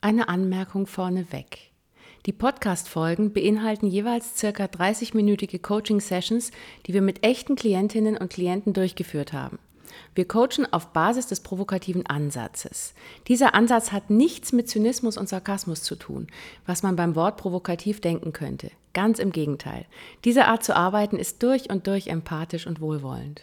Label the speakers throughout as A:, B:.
A: Eine Anmerkung vorneweg. Die Podcast-Folgen beinhalten jeweils circa 30-minütige Coaching-Sessions, die wir mit echten Klientinnen und Klienten durchgeführt haben. Wir coachen auf Basis des provokativen Ansatzes. Dieser Ansatz hat nichts mit Zynismus und Sarkasmus zu tun, was man beim Wort provokativ denken könnte. Ganz im Gegenteil. Diese Art zu arbeiten ist durch und durch empathisch und wohlwollend.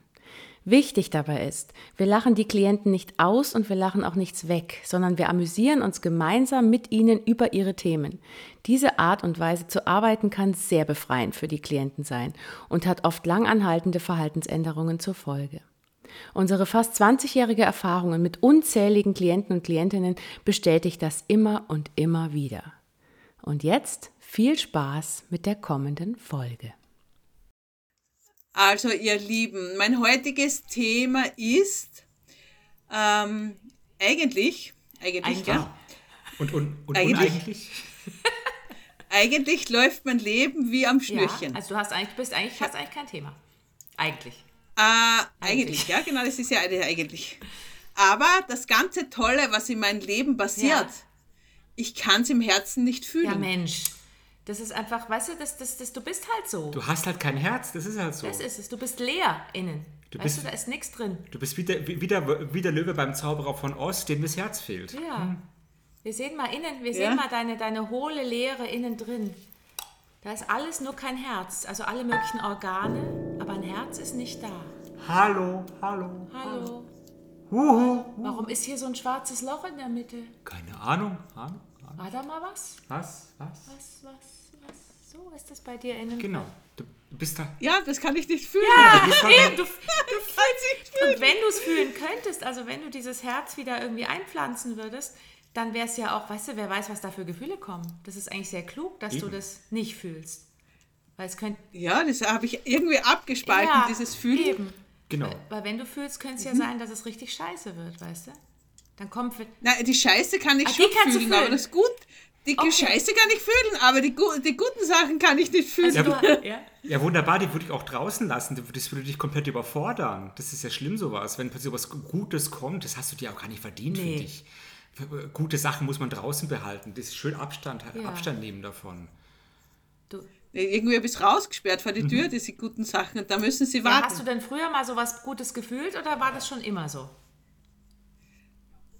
A: Wichtig dabei ist, wir lachen die Klienten nicht aus und wir lachen auch nichts weg, sondern wir amüsieren uns gemeinsam mit ihnen über ihre Themen. Diese Art und Weise zu arbeiten kann sehr befreiend für die Klienten sein und hat oft langanhaltende Verhaltensänderungen zur Folge. Unsere fast 20-jährige Erfahrungen mit unzähligen Klienten und Klientinnen bestätigt das immer und immer wieder. Und jetzt viel Spaß mit der kommenden Folge.
B: Also ihr Lieben, mein heutiges Thema ist ähm, eigentlich, eigentlich,
A: Eigentlich.
B: ja,
C: Und, und, und
B: Eigentlich-
C: eigentlich? eigentlich?
B: eigentlich läuft mein Leben wie am Schnürchen.
A: also du hast eigentlich, bist eigentlich, hast eigentlich kein Thema. Eigentlich.
B: Äh, eigentlich, ja, genau, das ist ja eine, eigentlich. Aber das ganze Tolle, was in meinem Leben passiert,
A: Ja.
B: ich kann es im Herzen nicht
A: Ja,
B: fühlen.
A: Mensch. Das ist einfach, weißt du, das, das, das, du bist halt so.
C: Du hast halt kein Herz, das ist halt so.
A: das ist es. Du bist leer innen.
C: Du
A: weißt du,
C: bist-
A: da ist nichts drin.
C: Du bist wieder, wie- wieder, wieder Löwe beim Zauberer von Ost, dem das Herz fehlt.
A: Ja. Wir sehen mal innen, wir
B: Ja.
A: sehen mal deine, deine hohle Leere innen drin. Da ist alles nur kein Herz. Also alle möglichen Organe, aber ein Herz ist nicht da.
C: Hallo, hallo.
A: Hallo.
C: Ah. Huhu.
A: Warum ist hier so ein schwarzes Loch in der Mitte?
C: Keine Ahnung. Ahnung. Ahnung.
A: War da mal was?
C: Was? Was?
A: Was, was, was? So ist das bei dir innen.
C: Genau. Du du bist da.
B: Ja, das kann ich nicht fühlen.
A: Ah, eben, du,
B: Das kann ich nicht fühlen.
A: Und wenn du es fühlen könntest, also wenn du dieses Herz wieder irgendwie einpflanzen würdest, dann wäre es ja auch, weißt du, wer weiß, was da für Gefühle kommen. Das ist eigentlich sehr klug, dass du
C: Eben.
A: das nicht fühlst. Weil es könnte.
B: Ja, das habe ich irgendwie abgespalten,
A: Ja,
B: dieses Fühlen.
A: Eben.
C: Genau.
A: Weil wenn du fühlst, könnte
C: Mhm.
A: es ja sein, dass es richtig scheiße wird, weißt du? Dann kommt. für-
B: Nein, die Scheiße kann ich
A: Ah, die
B: schon
A: kannst du
B: fühlen, aber
A: fühlen.
B: das Gut, die
A: Okay.
B: Scheiße kann ich fühlen, aber die, gu- die guten Sachen kann ich nicht fühlen.
A: Also
C: Ja,
A: du, ja.
C: Ja, wunderbar, die würde ich auch draußen lassen. Die- Das würde dich komplett überfordern. Das ist ja schlimm, sowas. Wenn plötzlich was Gutes kommt, das hast du dir auch gar nicht verdient,
A: Nee.
C: finde ich. Gute Sachen muss man draußen behalten. Das ist schön Abstand,
A: Ja.
C: Abstand nehmen davon.
A: Du,
B: Äh, Irgendwie habe ich es rausgesperrt
A: Mhm.
B: vor die Tür, diese guten Sachen, und da müssen sie
A: ja,
B: warten.
A: hast du denn früher mal so was Gutes gefühlt oder war das schon immer so?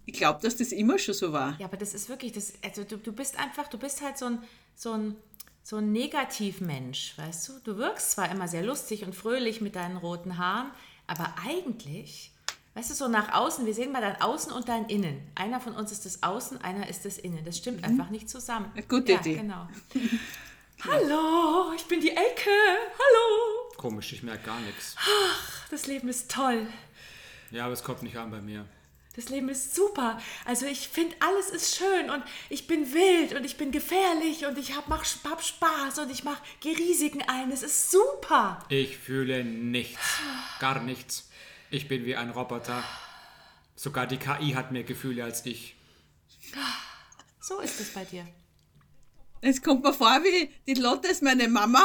B: ich glaube, dass das immer schon so war.
A: Ja, aber das ist wirklich, das, also du, du bist einfach, du bist halt so ein, so ein, so ein Negativmensch, weißt du? Du wirkst zwar immer sehr lustig und fröhlich mit deinen roten Haaren, aber eigentlich, weißt du, so nach außen, wir sehen mal dein Außen und dein Innen. Einer von uns ist das Außen, einer ist das Innen. Das stimmt einfach nicht zusammen.
B: Mhm. Eine gute
A: ja,
B: Idee.
A: genau. Hallo, ich bin die Ecke. Hallo.
C: Komisch, ich merke gar nichts.
A: Das Leben ist toll.
C: Ja, aber es kommt nicht an bei mir.
A: Das Leben ist super. Also ich finde, alles ist schön und ich bin wild und ich bin gefährlich und ich hab, mach, hab Spaß und ich mach, geh Risiken ein. Es ist super.
C: Ich fühle nichts. Gar nichts. Ich bin wie ein Roboter. Sogar die KI hat mehr Gefühle als ich.
A: So ist es bei dir.
B: Es kommt mir vor, wie die Lotte ist meine Mama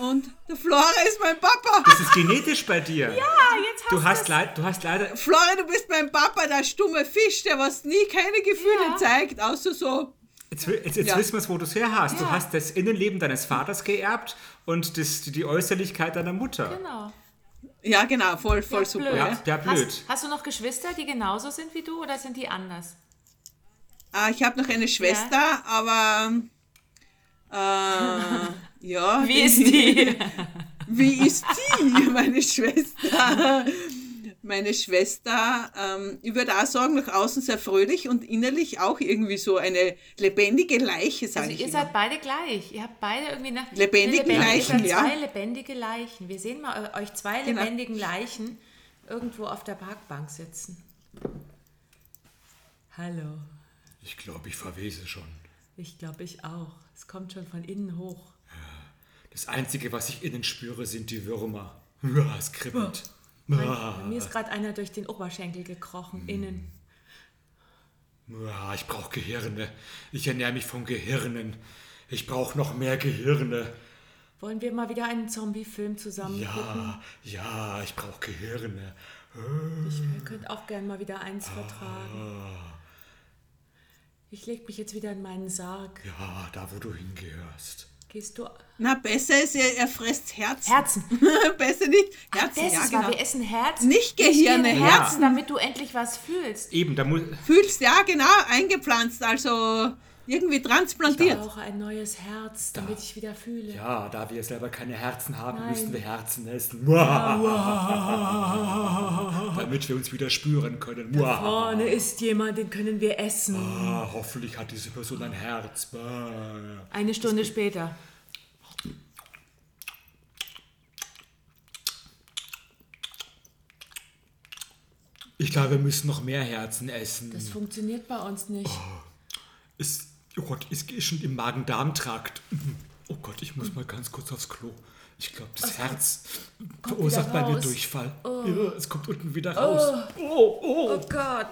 B: und der Flora ist mein Papa.
C: Das ist genetisch bei dir. Ja,
A: Ah, jetzt hast
C: du, hast leid, du hast leider.
B: Flora, du bist mein Papa, der stumme Fisch, der was nie keine Gefühle
A: Ja.
B: zeigt, außer so.
C: Jetzt, wi- jetzt, jetzt
B: Ja.
C: wissen wir es, wo du es her hast. Du
A: Ja.
C: hast das Innenleben deines Vaters geerbt und das, die Äußerlichkeit deiner Mutter.
A: Genau.
B: Ja, genau, voll, voll
A: Ja,
B: super.
A: blöd.
B: Ja.
C: Ja, ja, blöd.
A: Hast, hast du noch Geschwister, die genauso sind wie du oder sind die anders?
B: Ah, ich habe noch eine Schwester, aber. ähm, Äh, ja.
A: Wie ist die?
B: Wie ist die, meine Schwester? Meine Schwester, ähm, ich würde auch sagen, nach außen sehr fröhlich und innerlich auch irgendwie so eine lebendige Leiche, sage
A: Also
B: ich
A: ihr
B: immer.
A: seid beide gleich. Ihr habt beide irgendwie nach
B: Lebendigen
A: Lebendige-
B: Leichen,
A: ihr
B: ja.
A: seid Zwei lebendige Leichen. Wir sehen mal eu- euch zwei
B: Genau.
A: lebendigen Leichen irgendwo auf der Parkbank sitzen. Hallo.
C: Ich glaube, ich verwese schon.
A: Ich glaube, ich auch. Es kommt schon von innen hoch.
C: Das Einzige, was ich innen spüre, sind die Würmer. Ja, es kribbelt.
A: Mein, bei mir ist gerade einer durch den Oberschenkel gekrochen, innen.
C: Ah, Ich brauche Gehirne. Ich ernähre mich von Gehirnen. Ich brauche noch mehr Gehirne.
A: Wollen wir mal wieder einen Zombie-Film zusammen gucken?
C: Ja, ja, ich brauche Gehirne.
A: Ich könnte auch gern mal wieder eins vertragen. Ich leg mich jetzt wieder in meinen Sarg.
C: Ja, da wo du hingehörst.
A: Gehst du.
B: Na, besser ist, er, er frisst Herzen.
A: Herzen!
B: besser nicht. Herzen,
A: Das
B: ja,
A: ist wahr,
B: genau.
A: wir essen Herzen.
B: Nicht
A: Wir spielen
B: Gehirne,
A: Herzen, damit du endlich was fühlst.
C: Eben, da muss.
B: Fühlst, ja, genau, eingepflanzt, also irgendwie
A: Ich
B: transplantiert.
A: brauche ein neues Herz, damit ich wieder fühle.
C: Ja, da wir selber keine Herzen haben,
A: Nein.
C: müssen wir Herzen essen. Damit wir uns wieder spüren können.
A: Vorne ist jemand, den können wir essen.
C: Ah, hoffentlich hat diese Person ein Herz. Ah.
A: Eine Stunde später.
C: Ich glaube, wir müssen noch mehr Herzen essen.
A: Das funktioniert bei uns nicht.
C: Oh. Ist, oh Gott, ist ist schon im Magen-Darm-Trakt. Oh Gott, ich muss mal ganz kurz aufs Klo. Ich glaube, das Herz verursacht
A: wieder
C: bei mir
A: raus.
C: Durchfall. Ja, es kommt unten wieder raus. Oh, oh.
A: Oh Gott.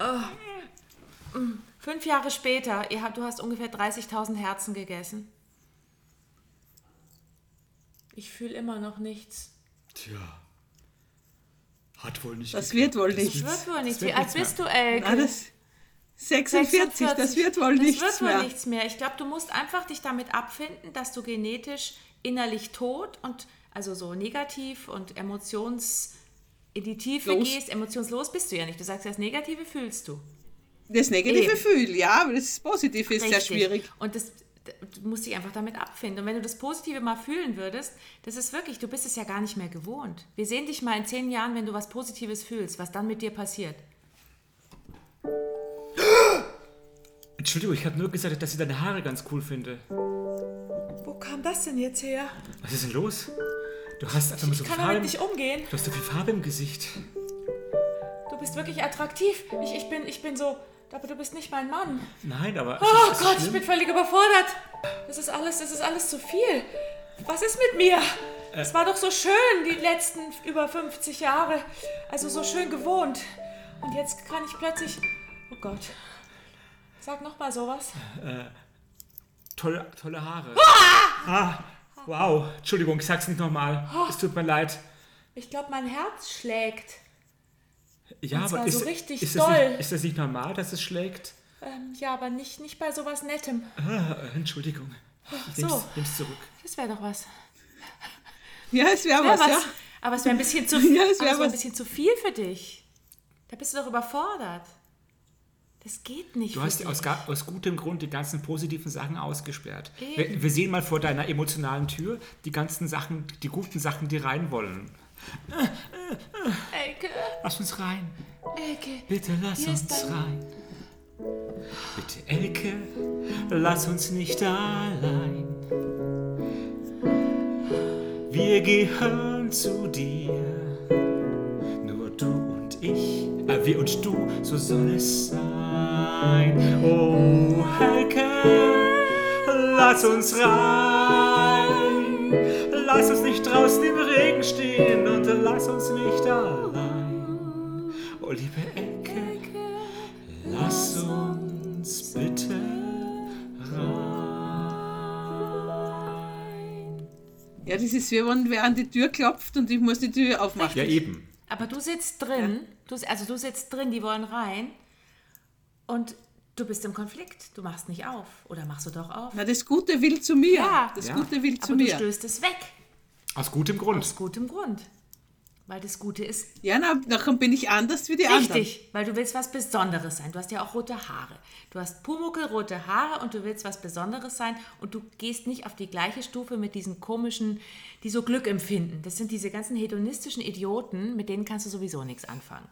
A: Oh. Mm. Fünf Jahre später, ihr habt, du hast ungefähr 30.000 Herzen gegessen. Ich fühle immer noch nichts.
C: Tja. Hat wohl nicht.
B: Das
C: geklappt.
B: wird wohl
C: Das
B: nicht.
A: Das wird wohl nichts.
C: wird
A: Wie alt
C: nichts mehr.
A: bist du, Elke?
B: Na, das 46, das wird wohl nichts
A: Das wird wohl
B: mehr.
A: nichts mehr. Ich glaube, du musst einfach dich damit abfinden, dass du genetisch innerlich tot und also so negativ und emotions in die Tiefe
B: Los.
A: gehst. Emotionslos bist du ja nicht. Du sagst, das Negative fühlst du.
B: Das negative
A: Eben.
B: Gefühl, ja, aber das Positive ist sehr
A: Richtig.
B: schwierig.
A: Und das, du musst dich einfach damit abfinden. Und wenn du das Positive mal fühlen würdest, das ist wirklich, du bist es ja gar nicht mehr gewohnt. Wir sehen dich mal in zehn Jahren, wenn du was Positives fühlst, was dann mit dir passiert.
C: Entschuldigung, ich habe nur gesagt, dass ich deine Haare ganz cool finde.
A: Wo kam das denn jetzt her?
C: Was ist denn los? Du hast einfach mal so
A: Ich
C: viel
A: kann
C: Farbe.
A: damit
C: im-
A: nicht
C: Du
A: umgehen.
C: hast so viel Farbe im Gesicht.
A: Du bist wirklich attraktiv. Ich, ich, bin, ich bin so, aber du bist nicht mein Mann.
C: Nein, aber.
A: Oh
C: ist das
A: Gott, ich
C: schlimm?
A: bin völlig überfordert. Das ist alles, das ist alles zu viel. Was ist mit mir?
C: Äh.
A: Es war doch so schön die letzten über 50 Jahre. Also so schön gewohnt. Und jetzt kann ich plötzlich. Oh Gott. Sag nochmal sowas.
C: Tolle, tolle Haare. Ah, wow. Entschuldigung, ich sag's nicht nochmal.
A: Oh.
C: Es tut mir leid.
A: Ich glaube, mein Herz schlägt.
C: Ja,
A: Und zwar
C: aber ist,
A: so richtig
C: ist, das
A: doll.
C: nicht, ist das nicht normal, dass es schlägt?
A: Ähm, ja, aber nicht, nicht bei sowas Nettem.
C: Ah, Entschuldigung. Ich nehm's,
A: So.
C: nehm's zurück.
A: Das wäre doch was.
B: Ja, es wäre
A: Wär
B: was, ja.
A: was. Aber es wäre ein bisschen zu
B: Ja,
A: aber
B: es
A: es
B: wär
A: wär ein
B: was.
A: bisschen zu viel für dich. Da bist du doch überfordert. Das geht nicht.
C: Du
A: für
C: hast
A: dich.
C: aus, ga- aus gutem Grund die ganzen positiven Sachen ausgesperrt. Wir,
A: Eben.
C: wir sehen mal vor deiner emotionalen Tür die ganzen Sachen, die guten Sachen, die rein wollen.
A: Elke,
C: Lass uns rein.
A: Elke.
C: Bitte lass
A: Hier ist
C: uns
A: dein-
C: rein. Bitte, Elke, lass uns nicht allein. Wir gehören zu dir. Nur du und ich, äh, wir und du, so soll es sein. Oh, Elke, lass uns rein. Lass uns nicht draußen im Regen stehen und lass uns nicht allein. Oh, liebe Elke, lass uns bitte rein.
B: Ja, das ist wie wenn wer an die Tür klopft und ich muss die Tür aufmachen.
C: Ja, eben.
A: Aber du sitzt drin, du, also du sitzt drin, die wollen rein und du bist im Konflikt. Du machst nicht auf oder machst du doch auf.
B: Na, das Gute will zu mir.
A: Ja.
B: das
C: Ja.
B: Gute will zu
A: Aber du
B: mir.
A: stößt es weg.
C: Aus gutem Grund.
A: Aus gutem Grund. Weil das Gute ist
B: Ja, na, nachher bin ich anders wie die anderen.
A: richtig, weil du willst was Besonderes sein. Du hast ja auch rote Haare. Du hast pumuckelrote Haare und du willst was Besonderes sein und du gehst nicht auf die gleiche Stufe mit diesen komischen, die so Glück empfinden. Das sind diese ganzen hedonistischen Idioten, mit denen kannst du sowieso nichts anfangen.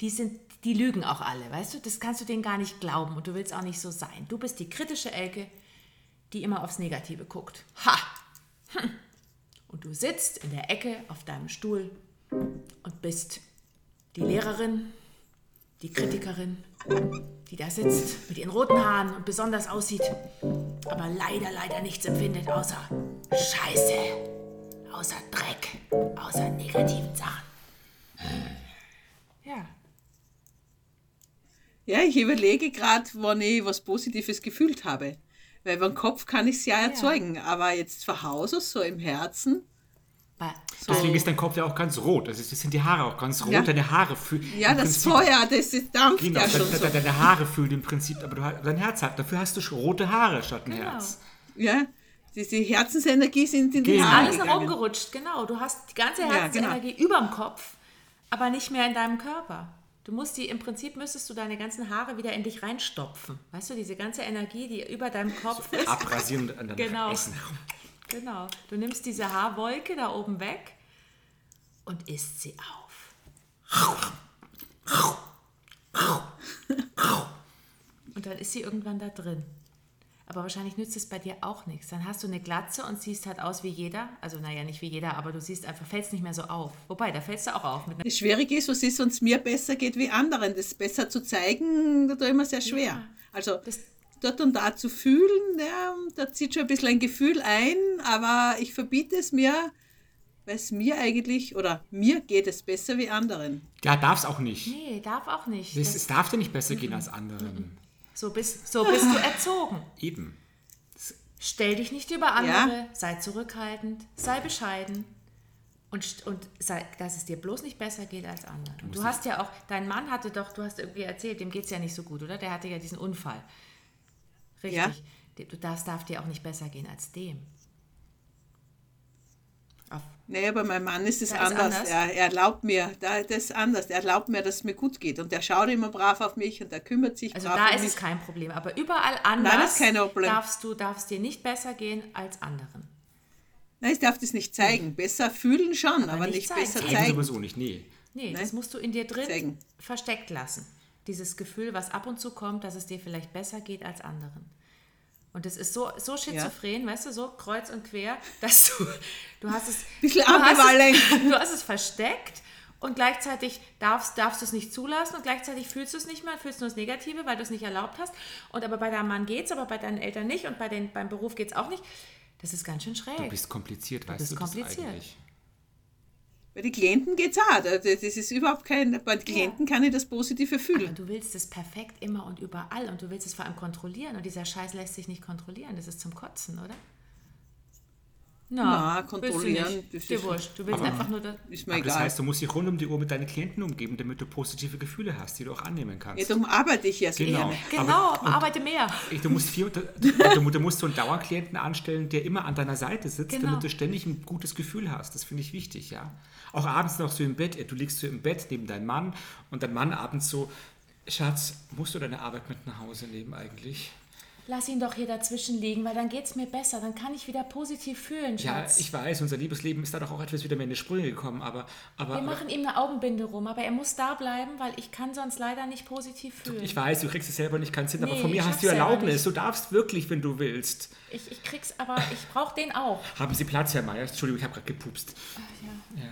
A: die sind, die lügen auch alle, weißt du? Das kannst du denen gar nicht glauben und du willst auch nicht so sein. Du bist die kritische Elke, die immer aufs Negative guckt. Ha! Hm. Und du sitzt in der Ecke auf deinem Stuhl und bist die Lehrerin, die Kritikerin, die da sitzt mit ihren roten Haaren und besonders aussieht, aber leider, leider nichts empfindet außer Scheiße, außer Dreck, außer negativen Sachen.
B: Ja, ich überlege gerade, wann ich was Positives gefühlt habe. Weil über den Kopf kann ich es ja erzeugen, aber jetzt zu Hause, so im Herzen.
A: Weil-
C: Deswegen ist dein Kopf ja auch ganz rot. Das, ist, das sind die Haare auch ganz rot.
B: Ja.
C: Deine Haare fühlen.
B: Ja, das Feuer, das ist- dampft
C: Genau,
B: ja
C: deine,
B: schon so.
C: deine, deine Haare fühlen im Prinzip, aber du, hast- dein Herz hat. Dafür hast du schon rote Haare statt
B: Genau.
C: ein Herz.
B: Ja, diese Herzensenergie sind in die
C: Genau.
B: Haare
A: Alles nach
B: gegangen.
A: oben gerutscht, genau. Du hast die ganze
B: Ja, genau.
A: Herzensenergie überm Kopf, aber nicht mehr in deinem Körper. Du musst die, im Prinzip müsstest du deine ganzen Haare wieder in dich reinstopfen. Weißt du, diese ganze Energie, die über deinem Kopf ist.
C: Abrasieren und dann
A: Genau.
C: essen.
A: Genau. Du nimmst diese Haarwolke da oben weg und isst sie auf. Und dann ist sie irgendwann da drin. Aber wahrscheinlich nützt es bei dir auch nichts. Dann hast du eine Glatze und siehst halt aus wie jeder. Also, naja, nicht wie jeder, aber du siehst einfach, fällst nicht mehr so auf. Wobei, da fällst du auch auf. Mit einer
B: Das Schwierige ist, was ist, wenn es mir besser geht wie anderen. Das besser zu zeigen, da tue ich mir sehr schwer. also
A: das-
B: dort und da zu fühlen, ja, da zieht schon ein bisschen ein Gefühl ein, aber ich verbiete es mir, weil es mir eigentlich, oder mir geht es besser wie anderen.
C: Ja, darf's auch nicht.
A: nee, darf auch nicht.
C: Es,
A: Das,
C: es darf dir nicht besser
B: Mhm.
C: gehen als anderen.
A: so, bist, so bist du erzogen.
C: Eben.
A: Stell dich nicht über andere, sei zurückhaltend, sei bescheiden und, st- und sei, dass es dir bloß nicht besser geht als anderen. Und du hast ja auch, dein Mann hatte doch, du hast irgendwie erzählt, dem geht es ja nicht so gut, oder? Der hatte ja diesen Unfall. Richtig.
B: Ja.
A: Der- Du darfst, darf dir auch nicht besser gehen als dem. Auf,
B: Naja, bei meinem Mann ist es
A: Da ist
B: anders.
A: anders.
B: Er, er erlaubt mir, da, das ist anders. Er erlaubt mir, dass es mir gut geht. Und er schaut immer brav auf mich und er kümmert sich
A: also
B: brav
A: da
B: um
A: ist
B: mich.
A: es kein Problem, aber überall anders
B: das ist kein Problem.
A: darfst du darfst dir nicht besser gehen als anderen.
B: Nein, ich darf das nicht zeigen. Besser fühlen schon, aber,
A: nicht
B: nicht,
A: zeigen.
B: besser
A: Zeigen
C: Eben
B: zeigen.
C: sowieso nicht. Nee.
A: Nee, das musst du in dir drin
B: Zeigen.
A: versteckt lassen. Dieses Gefühl, was ab und zu kommt, dass es dir vielleicht besser geht als anderen. Und es ist so, so schizophren, weißt du, so kreuz und quer, dass du, du hast es,
B: Bisschen
A: du, hast es du
B: ambivalent.
A: hast es versteckt und gleichzeitig darfst, darfst du es nicht zulassen und gleichzeitig fühlst du es nicht mehr, fühlst nur das Negative, weil du es nicht erlaubt hast. Und aber bei deinem Mann geht's, aber bei deinen Eltern nicht und bei den, beim Beruf geht's auch nicht. Das ist ganz schön schräg.
C: Du bist kompliziert, weißt
A: bist
C: du? das
A: kompliziert.
C: eigentlich.
B: Bei den Klienten geht es auch. Da- Das ist überhaupt kein. Bei den Klienten kann ich das Positive
A: Und
B: fühlen.
A: du willst es perfekt immer und überall und du willst es vor allem kontrollieren und dieser Scheiß lässt sich nicht kontrollieren. Das ist zum Kotzen, oder?
B: Na,
A: willst du
B: kontrollieren,
A: nicht.
B: das
A: Dir
B: ist-
A: wurscht. Du willst einfach nur das.
B: Ist mir
C: Aber das
B: egal.
C: heißt, du musst dich rund um die Uhr mit deinen Klienten umgeben, damit du positive Gefühle hast, die du auch annehmen kannst.
B: Ja, darum um arbeite ich ja so
C: Genau.
B: gerne.
A: Genau, arbeite mehr.
C: Ich- Du musst, vier, du, du, du musst so einen Dauerklienten anstellen, der immer an deiner Seite sitzt,
A: Genau.
C: damit du ständig ein gutes Gefühl hast. Das finde ich wichtig, ja. Auch abends noch so im Bett. Du liegst so im Bett neben deinem Mann und dein Mann abends so, Schatz, musst du deine Arbeit mit nach Hause nehmen eigentlich?
A: Lass ihn doch hier dazwischen liegen, weil dann geht es mir besser. Dann kann ich wieder positiv fühlen,
C: Ja,
A: Schatz.
C: ich weiß, unser Liebesleben ist da doch auch etwas wieder mehr in die Sprünge gekommen, aber, aber,
A: Wir
C: aber
A: machen ihm eine Augenbinde rum, aber er muss da bleiben, weil ich kann sonst leider nicht positiv fühlen.
C: ich weiß, du kriegst es selber nicht ganz hin, aber
A: Nee,
C: von mir
A: ich
C: hast du
A: schaff's selber
C: Erlaubnis.
A: nicht.
C: Du darfst wirklich, wenn du willst.
A: Ich, ich krieg's, aber ich brauche den auch.
C: Haben Sie Platz, Herr Meier? Entschuldigung, ich habe gerade gepupst. ja.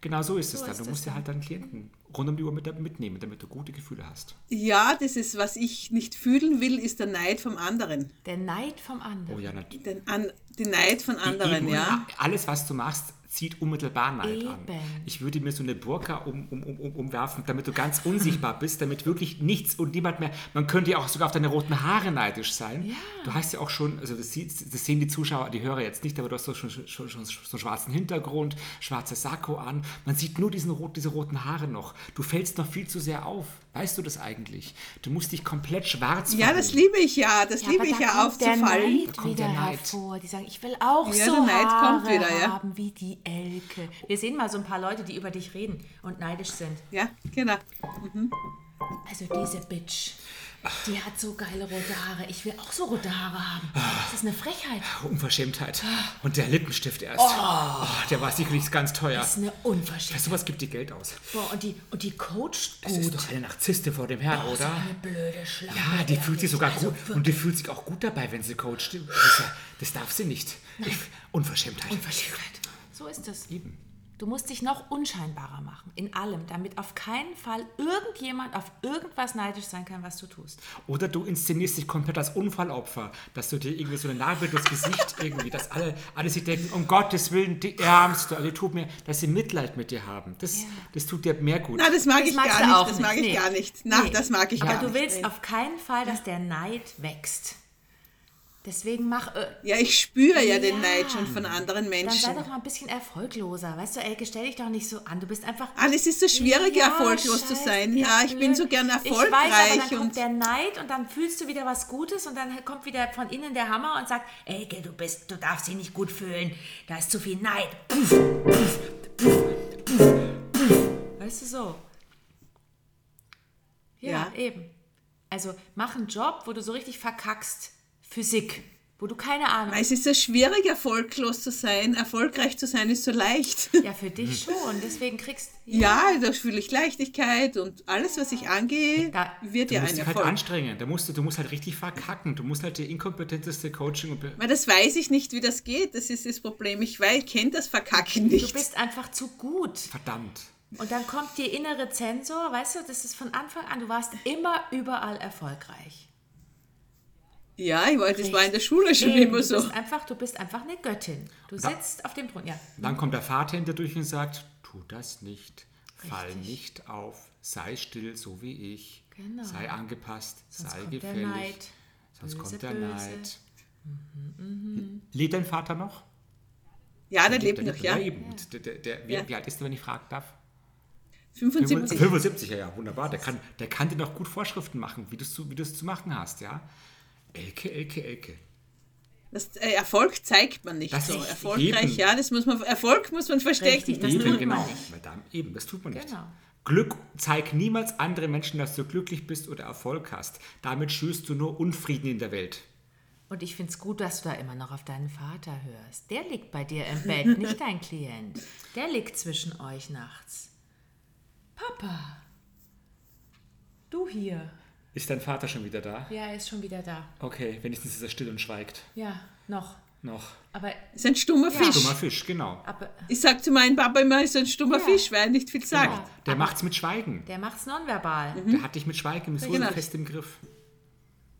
C: Genau so ist es dann.
A: ist
C: Du
A: es
C: musst ja
A: dann.
C: halt deinen Klienten rund um die Uhr mit, mitnehmen, damit du gute Gefühle hast.
B: Ja, das ist, was ich nicht fühlen will, ist der Neid vom anderen.
A: Der Neid vom anderen.
C: Oh ja, natürlich.
B: Den, an, den Neid von anderen,
C: Eben,
B: ja.
C: Alles, was du machst, zieht unmittelbar Neid an.
A: Eben.
C: Ich würde mir so eine Burka um, um, um, um, umwerfen, damit du ganz unsichtbar bist, damit wirklich nichts und niemand mehr. Man könnte ja auch sogar auf deine roten Haare neidisch sein. Du hast ja auch schon, also das, sieht, das sehen die Zuschauer, die Hörer jetzt nicht, aber du hast doch schon, schon, schon, schon so einen schwarzen Hintergrund, schwarze Sakko an. Man sieht nur diesen, rot- diese roten Haare noch. Du fällst noch viel zu sehr auf. Weißt du das eigentlich? Du musst dich komplett schwarz
B: Ja, das
C: verhüllen.
B: liebe ich ja. Das liebe
A: aber
B: ich
A: da
B: ja
A: kommt der
B: aufzufallen.
A: Neid
C: Da kommt
A: wieder
C: der Neid.
A: hervor. Die sagen, ich will auch
B: Ja,
A: so
B: der Neid
A: Haare
B: kommt wieder, ja.
A: haben wie die Elke. Wir sehen mal so ein paar Leute, die über dich reden und neidisch sind.
B: Ja, genau.
A: Also diese Bitch, die hat so geile rote Haare. Ich will auch so rote Haare haben. Das ist eine Frechheit.
C: Unverschämtheit. Und der Lippenstift erst. Oh, der war sicherlich ganz teuer.
A: Das ist eine
C: Für
A: Unverschämtheit.
C: sowas gibt die Geld aus.
A: Boah, und, die, und die coacht
C: Das ist
A: gut.
C: doch eine Narzisste vor dem Herrn, oder?
A: Eine blöde Schlange.
C: Ja, die fühlt sich sogar
A: Also
C: gut. Und die fühlt sich auch gut dabei, wenn sie coacht. Das, ist ja- das darf sie nicht. Ich, Unverschämtheit.
A: Unverschämt. So ist es.
C: Eben.
A: Du musst dich noch unscheinbarer machen, in allem, damit auf keinen Fall irgendjemand auf irgendwas neidisch sein kann, was du tust.
C: Oder du inszenierst dich komplett als Unfallopfer, dass du dir irgendwie so eine Narbe durchs Gesicht irgendwie, dass alle, alle sich denken, um Gottes Willen, die Ärmste, also tut mir, dass sie Mitleid mit dir haben. Das, das tut dir mehr gut.
B: Na, das mag ich
A: magst
B: gar
A: du
B: nicht.
A: auch
B: Das
A: nicht,
B: mag
A: nee.
B: ich gar nicht. Na,
A: Nee.
B: das mag ich
A: Aber
B: gar
A: du
B: nicht.
A: willst auf keinen Fall, dass der Neid wächst. Deswegen mach, äh,
B: Ja, ich spüre ja
A: Ja.
B: den Neid schon von
A: dann
B: anderen
A: sei
B: Menschen.
A: doch mal ein bisschen erfolgloser. Weißt du, Elke, stell dich doch nicht so an. Du bist einfach
B: Ah, das ist so schwierig,
A: Ja,
B: erfolglos zu
A: scheiß
B: sein.
A: dir
B: Ja, ich bin
A: blöd.
B: so gern
A: Ich weiß, aber
B: erfolgreich
A: dann kommt
B: und
A: der Neid und dann fühlst du wieder was Gutes und dann kommt wieder von innen der Hammer und sagt, Elke, du bist, du darfst dich nicht gut fühlen. Da ist zu viel Neid. Puff, puff, puff, puff, puff. Weißt du so? Ja,
B: Ja.
A: eben. Also mach einen Job, wo du so richtig verkackst. Physik. Wo du keine Ahnung
B: es ist so schwierig, erfolglos zu sein. Erfolgreich zu sein ist so leicht.
A: Ja, für dich schon. Deswegen kriegst
B: Ja, da fühle ich Leichtigkeit und alles, was ich angehe,
A: Da-
B: wird
C: Du
B: ja
C: musst
B: ein
C: dich halt
B: Erfolg.
C: anstrengen. Da musst du, du musst halt richtig verkacken. Du musst halt der inkompetenteste Coaching und Be-
B: Weil das weiß ich nicht, wie das geht. Das ist das Problem. Ich weiß, kenne das Verkacken
A: du
B: nicht.
A: bist einfach zu gut.
C: verdammt.
A: Und dann kommt dir innere Zensor, weißt du, das ist von Anfang an, du warst immer überall erfolgreich.
B: Ja, ich wollte, das war in der Schule schon
A: Eben,
B: immer
A: du
B: so.
A: bist einfach, du bist einfach eine Göttin. Du
C: Ja.
A: sitzt auf dem Thron. Ja.
C: Dann kommt
A: Mhm.
C: der Vater durch und sagt, tu das nicht, fall nicht auf, sei still, so wie ich,
A: Genau.
C: sei angepasst, sei
A: kommt der
C: gefällig.
A: Neid. Böse,
C: Sonst kommt der
A: böse. Mhm,
C: Neid. Lebt dein Vater noch?
B: Ja, der
C: Der
B: lebt noch, ja.
C: eben. Der, der, der, wie,
B: Ja.
C: wie alt ist er, wenn ich fragen darf?
B: 75.
C: 75, ja, ja, wunderbar. Der kann, der kann dir noch gut Vorschriften machen, wie du es zu, wie du es zu machen hast, ja? Elke, Elke, Elke.
B: Das, äh, Erfolg zeigt man nicht
C: Das
B: so.
C: ist
B: Erfolgreich,
C: eben.
B: ja, das muss man, Erfolg muss man verstecken.
A: Richtig, das
C: eben,
A: tut man
C: genau.
A: nicht.
C: Madame, eben, das tut man nicht.
A: Genau.
C: Glück, zeig niemals anderen Menschen, dass du glücklich bist oder Erfolg hast. Damit schürst du nur Unfrieden in der Welt.
A: Und ich finde es gut, dass du da immer noch auf deinen Vater hörst. Der liegt bei dir im Bett, nicht dein Klient. Der liegt zwischen euch nachts. Papa, du hier.
C: Ist dein Vater schon wieder da?
A: Ja, er ist schon wieder da.
C: Okay, wenigstens ist er still und schweigt.
A: Ja, noch.
C: Noch.
A: Aber,
B: Das ist ein stummer
A: Ja.
B: Fisch.
C: Dummer Fisch, genau.
A: aber
B: Ich sag zu meinem Papa immer, ist ein stummer
A: Ja.
B: Fisch, weil er nicht viel sagt.
A: Ja.
C: Der macht's mit Schweigen.
A: der macht's nonverbal.
B: Mhm.
C: Der hat dich mit Schweigen so
B: genau.
C: fest im Griff.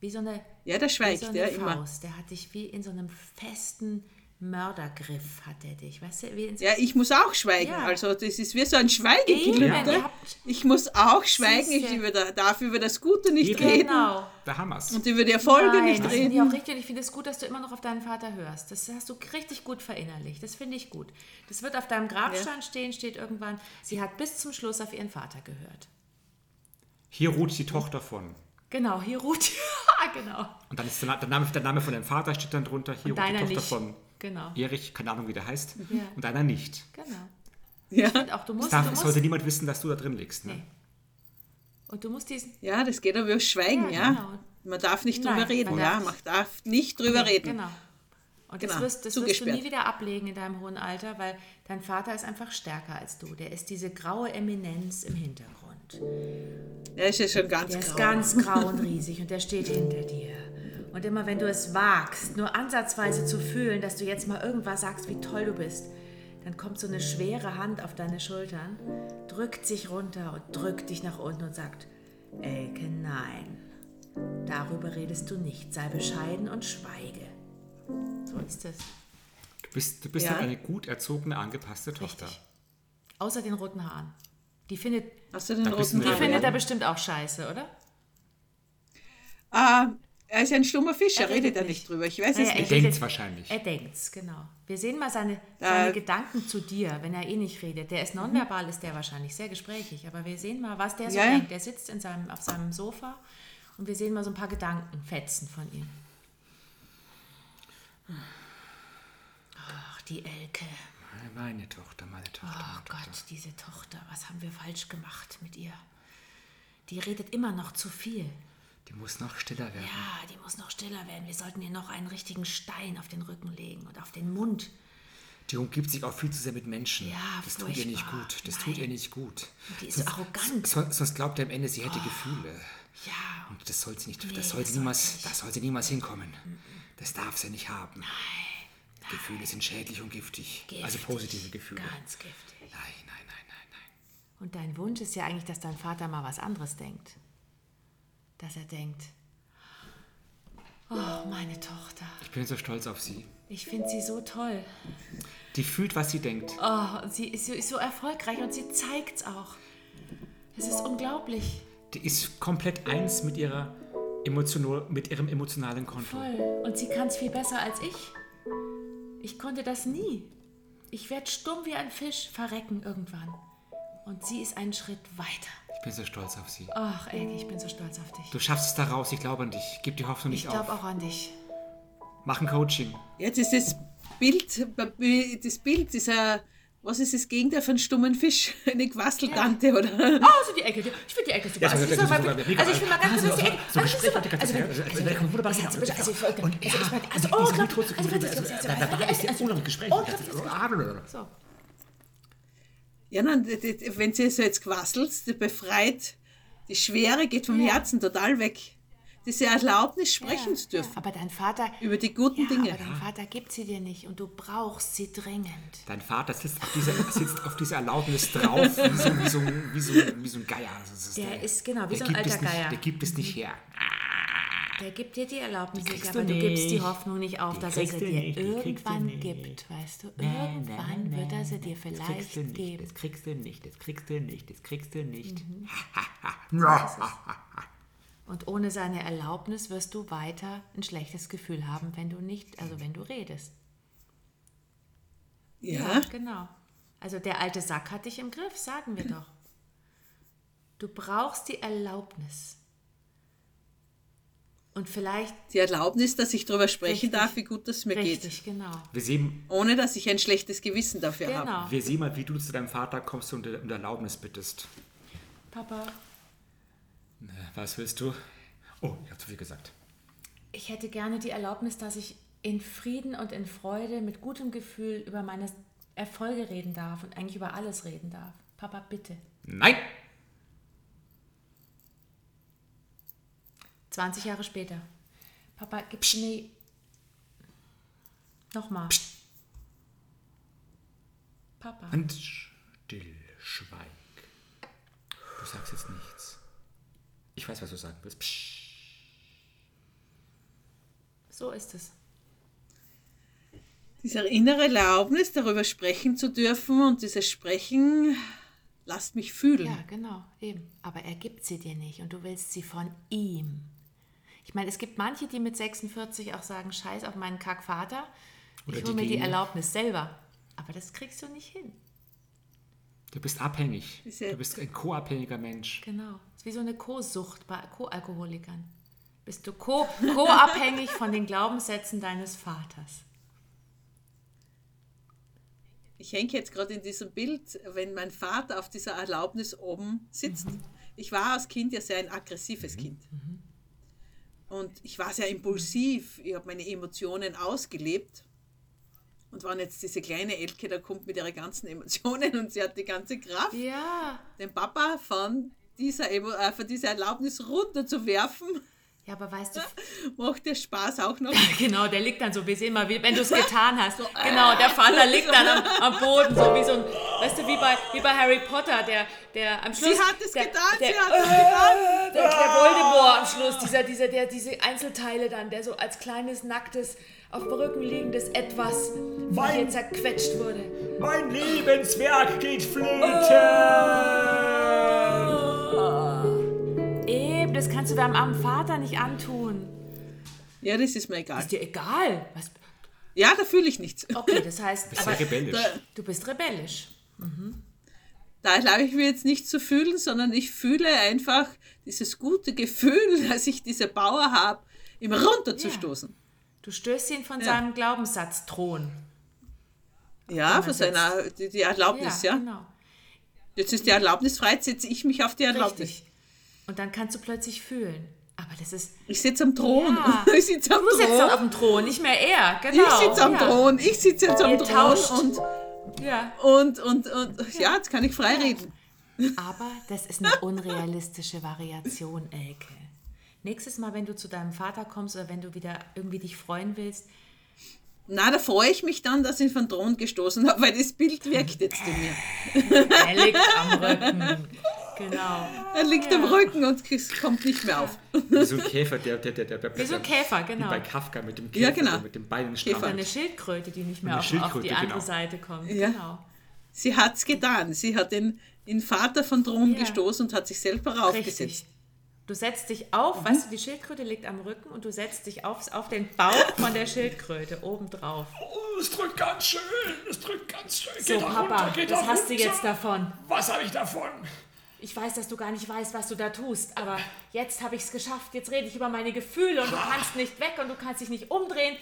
A: Wie so eine
B: Ja, der
A: Wie
B: schweigt,
A: so
B: ja,
A: Also eine
B: immer.
A: Faust. Der hat dich wie in so einem festen Mördergriff hat er dich, weißt du? Wie in so
B: Ja, ich muss auch schweigen.
A: Ja.
B: Also das ist wie so ein
A: Eben,
B: Schweigeklub.
A: ihr
B: Ne?
A: habt-
B: Ich muss auch schweigen. Ich
A: Siehste.
B: über, darf über das Gute nicht
C: Eben.
B: reden
A: Genau.
C: Der Hammer's.
B: und über die Erfolge
A: Nein,
B: nicht
A: das
B: reden.
A: finde ich auch richtig. Und ich finde es gut, dass du immer noch auf deinen Vater hörst. Das hast du richtig gut verinnerlicht. Das finde ich gut. Das wird auf deinem Grabstein stehen, steht irgendwann. Sie hat bis zum Schluss auf ihren Vater gehört.
C: Hier ruht die Tochter von.
A: Genau, hier ruht. genau.
C: Und dann ist der, Na- der, Name, der Name von deinem Vater steht dann drunter. Hier ruht die
A: Deiner
C: Tochter
A: nicht.
C: von
A: Genau.
C: Erich, keine Ahnung, wie der heißt.
A: Ja.
C: Und deiner nicht.
A: Genau.
B: Ja.
A: Und auch du musst,
C: Darf,
A: du
C: es
A: musst
C: sollte niemand wissen, dass du da drin liegst. Ne?
A: Nee. und du musst diesen
B: ja, das geht aber über
A: Ja,
B: Schweigen, ja.
A: genau.
B: Man darf nicht
A: Nein,
B: drüber reden,
A: man
B: ja.
A: darf
B: Man darf nicht drüber reden.
A: Genau. Und das,
B: Genau,
A: wirst, das wirst du
B: zugesperrt.
A: nie wieder ablegen in deinem hohen Alter, weil dein Vater ist einfach stärker als du. Der ist diese graue Eminenz im Hintergrund.
B: Der ist ja schon ganz
A: Der ist
B: grau.
A: ganz grau und riesig und der steht hinter dir. Und immer wenn du es wagst, nur ansatzweise zu fühlen, dass du jetzt mal irgendwas sagst, wie toll du bist, dann kommt so eine schwere Hand auf deine Schultern, drückt sich runter und drückt dich nach unten und sagt, Elke, nein, darüber redest du nicht, sei bescheiden und schweige. So ist es.
C: Du bist, du bist
B: Ja.
C: halt eine gut erzogene, angepasste Tochter.
A: Richtig. Außer den roten Haaren. Die findet,
B: Hast du den
C: Da wissen
B: roten
C: wir-
A: die
C: Ja,
A: findet
B: Haaren?
A: er bestimmt auch scheiße, oder?
B: Ah, er ist ein stummer Fisch, er,
A: Er redet
B: redet da
A: nicht.
B: nicht drüber. Ich weiß
A: Naja,
B: es
A: er
B: nicht.
C: Er denkt's
A: redet-
C: wahrscheinlich.
A: Er denkt's, genau. Wir sehen mal seine, seine
B: Äh. mhm.
A: Gedanken zu dir, wenn er eh nicht redet. Der ist nonverbal, ist der wahrscheinlich sehr gesprächig, aber wir sehen mal, was der so
B: Ja, ja.
A: denkt. Der sitzt in seinem, auf seinem Sofa und wir sehen mal so ein paar Gedankenfetzen von ihm. Ach, die Elke.
C: Meine Tochter, meine Tochter.
A: Oh Gott, diese Tochter, was haben wir falsch gemacht mit ihr? Die redet immer noch zu viel.
C: Die muss noch stiller werden.
A: Ja, die muss noch stiller werden. Wir sollten ihr noch einen richtigen Stein auf den Rücken legen und auf den Mund.
C: Die umgibt sich auch viel zu sehr mit Menschen.
A: Ja,
C: das tut ihr nicht
A: furchtbar.
C: gut. Das tut ihr
A: Nein.
C: nicht gut.
A: die ist so arrogant.
C: Sonst, sonst glaubt er am Ende, sie hätte Gefühle.
A: Ja, und
C: Und das soll sie nicht.
A: Nee,
C: das soll
A: das Mm,
C: sie
A: soll
C: niemals.
A: sie nicht.
C: Das soll sie niemals hinkommen. Das darf sie nicht haben. Gefühle sind schädlich und giftig. Also
A: Giftig.
C: positive Gefühle.
A: Ganz giftig.
C: Nein, nein, nein, nein, nein.
A: Und dein Wunsch ist ja eigentlich, dass dein Vater mal was anderes denkt. Dass er denkt, oh, meine Tochter,
C: Ich bin so stolz auf sie.
A: ich finde sie so toll.
C: Die fühlt, was sie denkt.
A: Oh, und sie ist so, ist so erfolgreich und sie zeigt's auch. Es ist unglaublich.
C: Die ist komplett eins mit ihrer emotional, mit ihrem emotionalen Konto.
A: Voll. Und sie kann's viel besser als ich. Ich konnte das nie. Ich werde stumm wie ein Fisch verrecken irgendwann. Und sie ist einen Schritt weiter.
C: Ich bin so stolz auf sie.
A: Ach, Elke, ich bin so stolz auf dich.
C: Du schaffst es da raus. Ich glaube an dich. Gib die Hoffnung
A: Ich
C: nicht auf.
A: glaube auch an dich.
C: Mach ein Coaching.
B: Jetzt ist das Bild, das Bild dieser, was ist das Gegenteil von stummen Fisch? Eine Quasseltante, oder?
A: Oh, so die Ecke. die- Ich finde die Ecke super.
C: Ja, so
A: also,
C: eine
A: ich sag mal,
C: Ecke,
A: wirklich-
C: super,
A: also ich will mal ganz kurz, dass die Ecke.
C: so
A: Also, das ist
C: Gespräch
A: super.
C: hat die ganze
A: Also,
C: Zeit.
A: also,
C: Also, da kommt wunderbar
A: das hat
C: zusammen.
A: sie- also, ich-
C: Und- und-
A: also, ich meine, also,
C: ja,
A: oh,
C: diese
A: glaub-
C: Methoden-
A: also, wenn sie-
C: also,
A: wenn sie-
C: da- da- da ist ja
A: also,
C: unheimlich Gespräch.
A: oh,
C: Das ist-
A: das ist- So.
B: Ja, nein, d- d- wenn sie so jetzt quasselt, die befreit, die Schwere geht vom Herzen total weg. Diese Erlaubnis sprechen zu dürfen
A: Aber dein Vater.
B: über die guten
A: ja,
B: Dinge.
A: Aber dein Vater gibt sie dir nicht und du brauchst sie dringend.
C: Dein Vater sitzt auf dieser, sitzt auf dieser Erlaubnis drauf, wie so, wie so, wie so, wie so ein Geier. Das ist
A: Der ist, genau, wie
C: der
A: so ein
C: gibt es
A: alter
C: nicht,
A: Geier.
C: Der gibt es nicht her.
A: Der gibt dir die Erlaubnis nicht,
C: kriegst
A: aber
C: du
A: du gibst die
C: nicht.
A: Hoffnung nicht auf,
C: Die
A: dass er
C: kriegst
A: sie
C: du
A: dir
C: nicht, die kriegst du
A: irgendwann
C: nicht.
A: gibt. Weißt du,
C: Nein,
A: irgendwann
C: nein,
A: wird er sie
C: nein,
A: dir
C: das kriegst
A: vielleicht
C: du nicht,
A: geben.
C: Das kriegst du nicht, das kriegst du nicht, das kriegst du nicht.
A: Mhm. Also. Und ohne seine Erlaubnis wirst du weiter ein schlechtes Gefühl haben, wenn du nicht, also wenn du redest.
B: Ja,
A: Genau. Also der alte Sack hat dich im Griff, sagen wir doch. Du brauchst die Erlaubnis. Und vielleicht
B: die Erlaubnis, dass ich darüber sprechen
A: Richtig.
B: darf, wie gut das mir
A: richtig, genau.
C: Wir sehen,
B: geht, ohne dass ich ein schlechtes Gewissen dafür habe.
A: Genau.
C: wir sehen mal, wie du zu deinem Vater kommst und um Erlaubnis bittest. Äh,
A: Papa,
C: Was willst du? Oh, ich habe zu viel gesagt.
A: ich hätte gerne die Erlaubnis, dass ich in Frieden und in Freude mit gutem Gefühl über meine Erfolge reden darf und eigentlich über alles reden darf. Papa, bitte.
C: Nein!
A: 20 Jahre später. Papa, gib's mir. Nochmal. Papa.
C: Und Halt still, schweig. Du sagst jetzt nichts. Ich weiß, was du sagen willst. Psch.
A: So ist es.
B: Diese innere Erlaubnis, darüber sprechen zu dürfen und dieses Sprechen lasst mich fühlen.
A: Ja, genau, eben. Aber er gibt sie dir nicht und du willst sie von ihm. Ich meine, es gibt manche, die mit 46 auch sagen, scheiß auf meinen Kackvater.
C: Oder
A: Ich
C: die
A: hole mir die
C: gehen-
A: Erlaubnis selber. Aber das kriegst du nicht hin.
C: Du bist abhängig.
B: Ist ja-
C: Du bist ein co-abhängiger Mensch.
A: Genau. Ist wie so eine Co-Sucht bei Co-Alkoholikern. Bist du co- co-abhängig von den Glaubenssätzen deines Vaters.
B: Ich hänge jetzt gerade in diesem Bild, wenn mein Vater auf dieser Erlaubnis oben sitzt.
A: Mhm.
B: Ich war als Kind ja sehr ein aggressives Kind. Und ich war sehr impulsiv. Ich habe meine Emotionen ausgelebt. Und wenn jetzt diese kleine Elke da kommt mit ihren ganzen Emotionen und sie hat die ganze Kraft,
A: Ja.
B: den Papa von dieser, Emo äh, von dieser Erlaubnis runterzuwerfen,
A: Ja, aber weißt du,
B: macht der Spaß auch noch.
A: Genau, der liegt dann so, wir sehen mal, wie- wenn du es getan hast.
B: äh,
A: genau, der Vater liegt dann am, am Boden, so wie so ein, weißt du, wie bei, wie bei Harry Potter, der, der am Schluss.
B: Sie hat es
A: der,
B: getan,
A: der,
B: sie hat es Ah. getan.
A: der, der Voldemort am Schluss, dieser, dieser, der, diese Einzelteile dann, der so als kleines, nacktes, auf dem Rücken liegendes Etwas von
C: Mein-
A: dir zerquetscht wurde.
C: Mein Lebenswerk geht
A: Oh.
C: flöten!
A: Eben, das kannst du deinem armen Vater nicht antun.
B: Ja, das ist mir egal.
A: Ist dir egal. Was,
B: Ja, da fühle ich nichts.
A: okay, das heißt,
C: Sehr
A: aber,
C: rebellisch.
B: Da,
A: du bist rebellisch.
B: da erlaube ich mir jetzt nicht zu fühlen, sondern ich fühle einfach dieses gute Gefühl, dass ich diese Power habe, ihm runterzustoßen.
A: Du stößt ihn von seinem Glaubenssatzthron.
B: Ja, von
A: Genau das
B: seiner, die, die Erlaubnis, ja.
A: genau.
B: Jetzt ist die Erlaubnis frei, jetzt setze ich mich auf die Erlaubnis.
A: Richtig. Und dann kannst du plötzlich fühlen. Aber das ist.
B: Ich sitze am Thron.
A: Ja.
B: Ich sitze am
A: Du sitzt dann auf
B: Thron.
A: dem Thron, nicht mehr er. Genau.
B: Ich sitze am
A: ja.
B: Thron. Ich sitze jetzt am
A: Ihr tauscht.
B: Thron und,
A: Ja.
B: und, und, und ja, jetzt kann ich frei reden.
A: Aber das ist eine unrealistische Variation, Elke. Nächstes Mal, wenn du zu deinem Vater kommst oder wenn du wieder irgendwie dich freuen willst,
B: Na, da freue ich mich dann, dass ich ihn von Thron gestoßen habe, weil das Bild wirkt jetzt in mir.
A: Er liegt am Rücken. Genau.
B: Er liegt am Rücken und es kommt nicht mehr auf.
C: Wie so ein Käfer, der, der, der, der, der
A: Wie so ein Käfer,
C: wie
A: genau.
C: bei Kafka mit dem Käfer,
B: genau.
C: der mit den Beinen
A: Oder
C: strampelt.
A: eine Schildkröte, die nicht
C: Eine
A: mehr auf, auf die
C: Schildkröte,
A: andere
C: genau.
A: Seite kommt.
B: Ja.
A: Genau.
B: Sie hat es getan. Sie hat den, den Vater von Thron
A: Ja.
B: gestoßen und hat sich selber raufgesetzt.
A: Richtig. Du setzt dich
B: Mhm.
A: auf, weißt du, die Schildkröte liegt am Rücken und du setzt dich auf, auf den Bauch von der Schildkröte obendrauf.
C: Oh, es drückt ganz schön, es drückt ganz schön.
A: So,
C: Geht da runter,
A: Papa,
C: geht
A: das
C: da
A: hast du
C: runter.
A: jetzt davon.
C: Was habe ich davon?
A: Ich weiß, dass du gar nicht weißt, was du da tust, aber jetzt habe ich es geschafft. Jetzt rede ich über meine Gefühle und du kannst nicht weg und du kannst dich nicht umdrehen.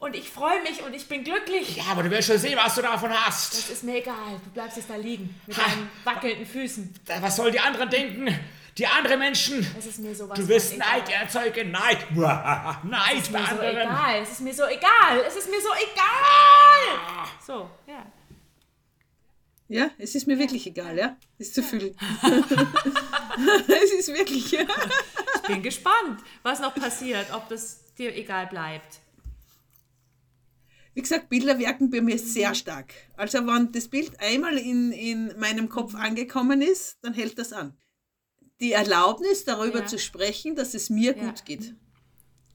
A: Und ich freue mich und ich bin glücklich.
C: Ja, aber du wirst schon sehen, was du davon hast.
A: Es ist mir egal, du bleibst jetzt da liegen mit
C: Ha.
A: deinen wackelnden Füßen.
C: Was sollen die anderen denken? Die anderen Menschen.
A: Es ist mir sowas
C: Du wirst
A: von
C: Neid erzeugen, Neid. Neid bei
A: mir so
C: anderen.
A: egal. Es ist mir so egal. Es ist mir so egal. So, ja.
B: Ja, es ist mir wirklich egal, ja. Ist zu viel. es ist wirklich, ja.
A: Ich bin gespannt, was noch passiert, ob das dir egal bleibt.
B: Wie gesagt, Bilder wirken bei mir sehr stark. Also wenn das Bild einmal in, in meinem Kopf angekommen ist, dann hält das an. Die Erlaubnis, darüber
A: Ja.
B: zu sprechen, dass es mir
A: Ja.
B: gut geht.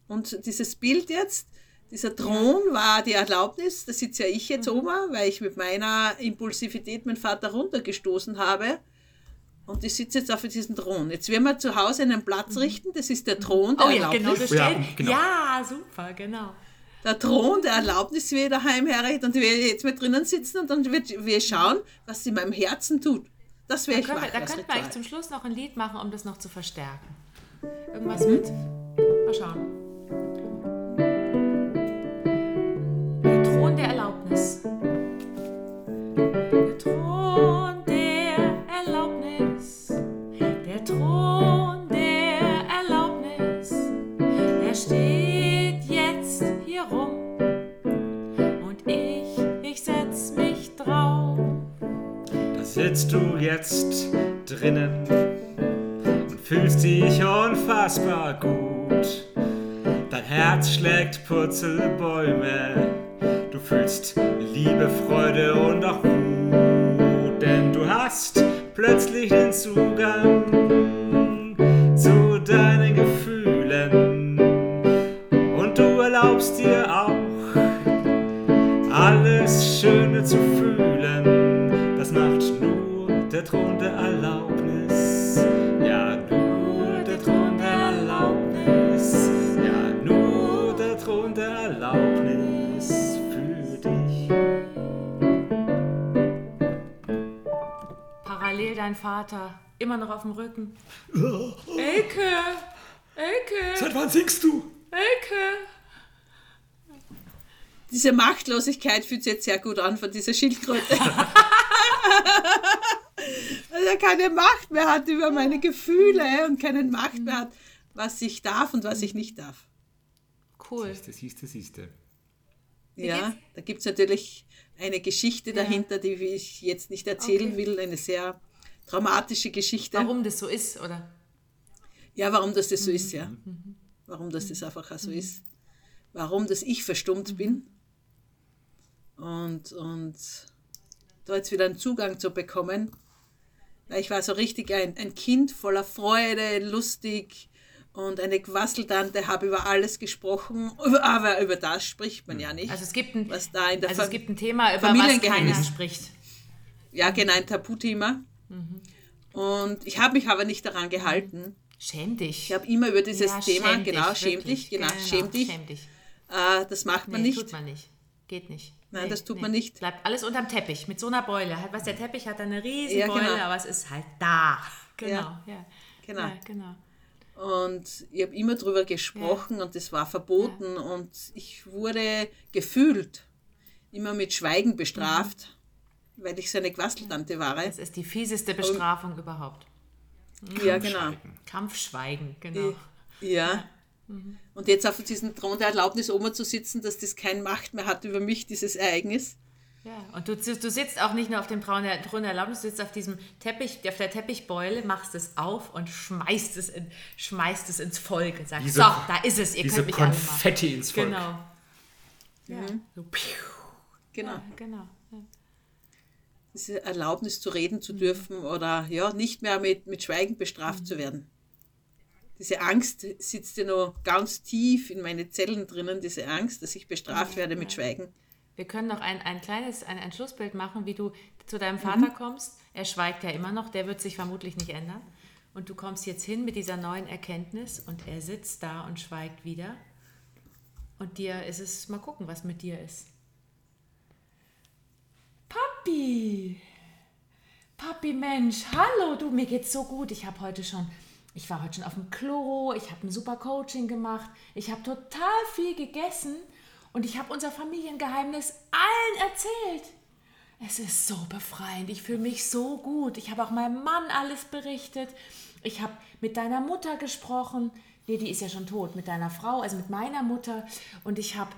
B: Und dieses Bild jetzt, dieser Thron war die Erlaubnis, da sitze ja ich
A: Mhm.
B: jetzt oben, weil ich mit meiner Impulsivität meinen Vater runtergestoßen habe. Und ich sitze jetzt auf diesem Thron. Jetzt werden wir zu Hause einen
A: Mhm.
B: Platz richten, das ist der Thron der Erlaubnis.
A: genau, du
C: Oh, Ja,
A: stellst-
C: genau.
A: ja, super, genau.
B: der Thron der Erlaubnis wie daheim herricht und wir jetzt mit drinnen sitzen und dann wird wir schauen, was sie meinem Herzen tut. Das wäre
A: Da
B: ich
A: können wir,
B: machen.
A: da
B: als
A: könnten wir eigentlich zum
B: Ritual.
A: Schluss noch ein Lied machen, um das noch zu verstärken. Irgendwas mit. Mal schauen. Der Thron der Erlaubnis. Der Thron der Erlaubnis. Der Thron der Erlaubnis. Er steht jetzt hier rum. Und ich, ich setz mich drauf.
C: Da sitzt du jetzt drinnen und fühlst dich unfassbar gut. Dein Herz schlägt Purzelbäume. Du fühlst Liebe, Freude und auch Wut, denn du hast plötzlich den Zugang zu deinen Gefühlen und du erlaubst dir auch alles Schöne zu fühlen. Das macht nur der Thron der Erlaubnis. Ja, nur der Thron der Erlaubnis. Ja, nur der Thron der Erlaubnis für dich.
A: Parallel dein Vater, immer noch auf dem Rücken. Elke! Elke!
C: wann singst du?
A: Elke!
B: Diese Machtlosigkeit fühlt sich jetzt sehr gut an von dieser Schildkröte. Weil er keine Macht mehr hat über meine Gefühle und
A: Mhm.
B: keine Macht mehr hat, was ich darf und was ich nicht darf.
A: Cool.
C: Siehste, siehste, siehste.
B: Ja,
A: geht's?
B: da gibt es natürlich eine Geschichte dahinter, die ich jetzt nicht erzählen
A: Okay.
B: will, eine sehr dramatische Geschichte.
A: Warum das so ist, oder?
B: Ja, warum dass das so ist,
A: Mhm.
B: ja. Warum dass das einfach auch so ist. Warum dass ich
A: Mhm.
B: verstummt bin. Und, und da jetzt wieder einen Zugang zu bekommen. Weil ich war so richtig ein, ein Kind voller Freude, lustig und eine Quasseltante, habe über alles gesprochen. Über- Aber über das spricht man ja nicht.
A: Also es gibt ein,
B: was da in der
A: also es
B: Fam-
A: gibt ein Thema, über was
B: Familiengeheimnis.
A: keiner spricht.
B: ja, genau, ein Tabuthema.
A: Mhm.
B: Und ich habe mich aber nicht daran gehalten.
A: Schäm dich.
B: Ich habe immer über dieses
A: Ja, schäm
B: Thema, genau,
A: dich,
B: schäm
A: wirklich.
B: dich, genau, schäm dich.
A: Schäm dich.
B: Äh, das macht man
A: Nee,
B: nicht.
A: tut man nicht. Geht nicht.
B: Nein, das tut man nicht.
A: Bleibt alles unterm Teppich, mit so einer Beule. Halt, was der Teppich hat, eine riesen
B: Ja,
A: Beule,
B: genau.
A: aber es ist halt da. Genau, ja.
B: Genau.
A: Ja, genau.
B: Und ich habe immer drüber gesprochen und das war verboten und ich wurde gefühlt immer mit Schweigen bestraft, weil ich so eine Quasseltante war.
A: Das ist die fieseste Bestrafung überhaupt.
B: Ja, genau.
A: Kampfschweigen, genau.
B: Ja. Mhm. Und jetzt auf diesem Thron der Erlaubnis oben zu sitzen, dass das keine Macht mehr hat über mich, dieses Ereignis.
A: Ja, und du, du sitzt auch nicht nur auf dem Thron der, Thron der Erlaubnis, du sitzt auf diesem Teppich, auf der Teppichbeule, machst es auf und schmeißt es, in, schmeißt es ins Volk und sagst,
C: Diese-
A: so, da ist es, ihr
C: Diese
A: könnt mich alle mal.
C: Konfetti ins Volk.
A: Genau. Ja.
D: So, piu.
B: Genau.
A: Genau. Ja.
B: Diese Erlaubnis zu reden zu dürfen oder ja, nicht mehr mit, mit Schweigen bestraft zu werden. Diese Angst sitzt ja noch ganz tief in meine Zellen drinnen, diese Angst, dass ich bestraft werde mit Schweigen.
A: Wir können noch ein, ein kleines, ein, ein Schlussbild machen, wie du zu deinem Vater kommst. Er schweigt ja immer noch, der wird sich vermutlich nicht ändern. Und du kommst jetzt hin mit dieser neuen Erkenntnis und er sitzt da und schweigt wieder. Und dir ist es, mal gucken, was mit dir ist. Papi! Papi, Mensch, hallo, du, mir geht's so gut. Ich habe heute schon, ich war heute schon auf dem Klo, ich habe ein super Coaching gemacht, ich habe total viel gegessen und ich habe unser Familiengeheimnis allen erzählt. Es ist so befreiend, ich fühle mich so gut. Ich habe auch meinem Mann alles berichtet. Ich habe mit deiner Mutter gesprochen. Nee, die ist ja schon tot, mit deiner Frau, also mit meiner Mutter. Und ich habe,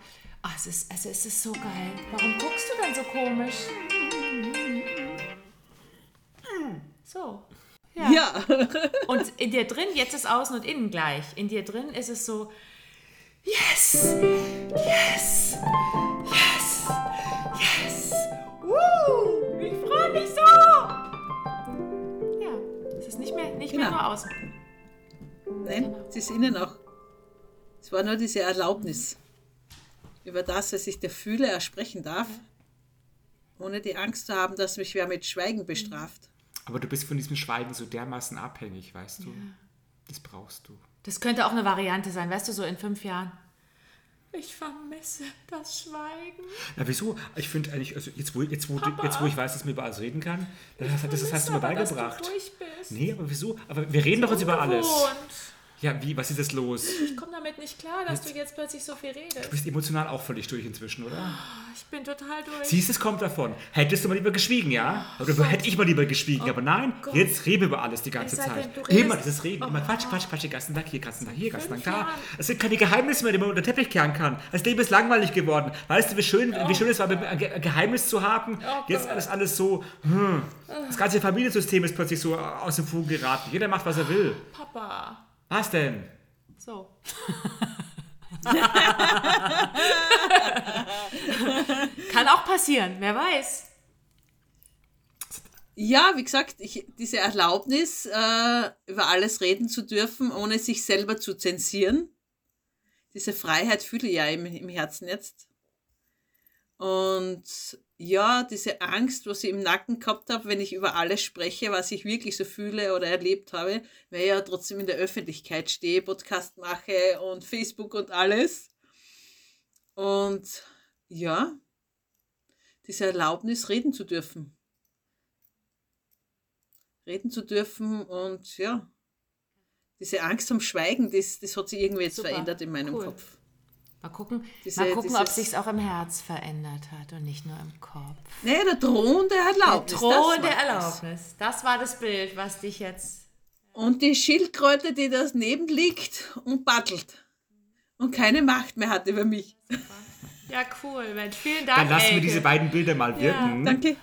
A: Ah, es ist, also es ist so geil. Warum guckst du denn so komisch? So.
B: Ja.
A: Und in dir drin, jetzt ist außen und innen gleich. In dir drin ist es so, yes, yes, yes, yes, woo, ich freue mich so. Ja, es ist nicht mehr, nicht mehr
B: Genau.
A: nur außen.
B: Nein, es ist innen auch. Es war nur diese Erlaubnis über das, was ich der Fühle ersprechen darf, ohne die Angst zu haben, dass mich wer mit Schweigen bestraft.
C: Aber du bist von diesem Schweigen so dermaßen abhängig, weißt du? Das brauchst du.
A: Das könnte auch eine Variante sein, weißt du, so in fünf Jahren. Ich vermisse das Schweigen.
C: Na wieso? Ich finde eigentlich, also jetzt wo, jetzt, wo, jetzt, wo ich weiß, dass man über alles reden kann, das, das, das hast du mir
A: aber, dass du
C: beigebracht.
A: durch bist.
C: Nee, aber wieso? Aber wir reden doch jetzt über alles.
A: Ungewohnt.
C: Ja, wie, was ist das los?
A: Ich komme damit nicht klar, dass du jetzt plötzlich so viel
C: Du
A: redest.
C: bist emotional auch völlig durch inzwischen, oder?
A: Ich bin total durch.
C: Siehst, es kommt davon. Hättest du mal lieber geschwiegen, ja? Oder hätte ich mal lieber geschwiegen, aber nein,
A: Oh Gott.
C: jetzt reden wir über alles die ganze
A: Es sei denn,
C: Zeit.
A: du redest- Oh
C: Immer dieses Reden, immer Quatsch, Quatsch, Quatsch, den ganzen Tag hier, ganzen Tag hier, ganzen Tag
A: fünf
C: da.
A: Jahren.
C: Es sind keine Geheimnisse mehr, die man unter den Teppich kehren kann. Das Leben ist langweilig geworden. Weißt du, wie schön,
A: Oh
C: wie schön es war, ein Ge- ein Geheimnis zu haben? jetzt alles alles so, hm. Das ganze Familiensystem ist plötzlich so äh, aus dem Fugen geraten. Jeder macht, was er will.
A: Papa.
C: Was denn?
A: So. Kann auch passieren, wer weiß.
B: Ja, wie gesagt, ich, diese Erlaubnis, äh, über alles reden zu dürfen, ohne sich selber zu zensieren. Diese Freiheit fühle ich ja im, im Herzen jetzt. Und ja, diese Angst, was ich im Nacken gehabt habe, wenn ich über alles spreche, was ich wirklich so fühle oder erlebt habe, weil ich ja trotzdem in der Öffentlichkeit stehe, Podcast mache und Facebook und alles. Und ja, diese Erlaubnis, reden zu dürfen reden zu dürfen und ja, diese Angst am Schweigen, das, das hat sich irgendwie jetzt
A: Super,
B: verändert in meinem
A: cool.
B: Kopf.
A: Mal gucken,
B: Diese-
A: mal gucken ob
B: dieses-
A: sich's auch im Herz verändert hat und nicht nur im Kopf.
B: Nee, der drohende Erlaubnis. das
A: Drohende
B: macht es.
A: Erlaubnis. Das war das Bild, was dich jetzt.
B: Und die Schildkröte, die daneben liegt und battelt und keine Macht mehr hat über mich.
A: Ja, cool, Mensch. Vielen Dank.
C: Dann lassen wir
A: Elke.
C: diese beiden Bilder mal wirken.
B: Danke.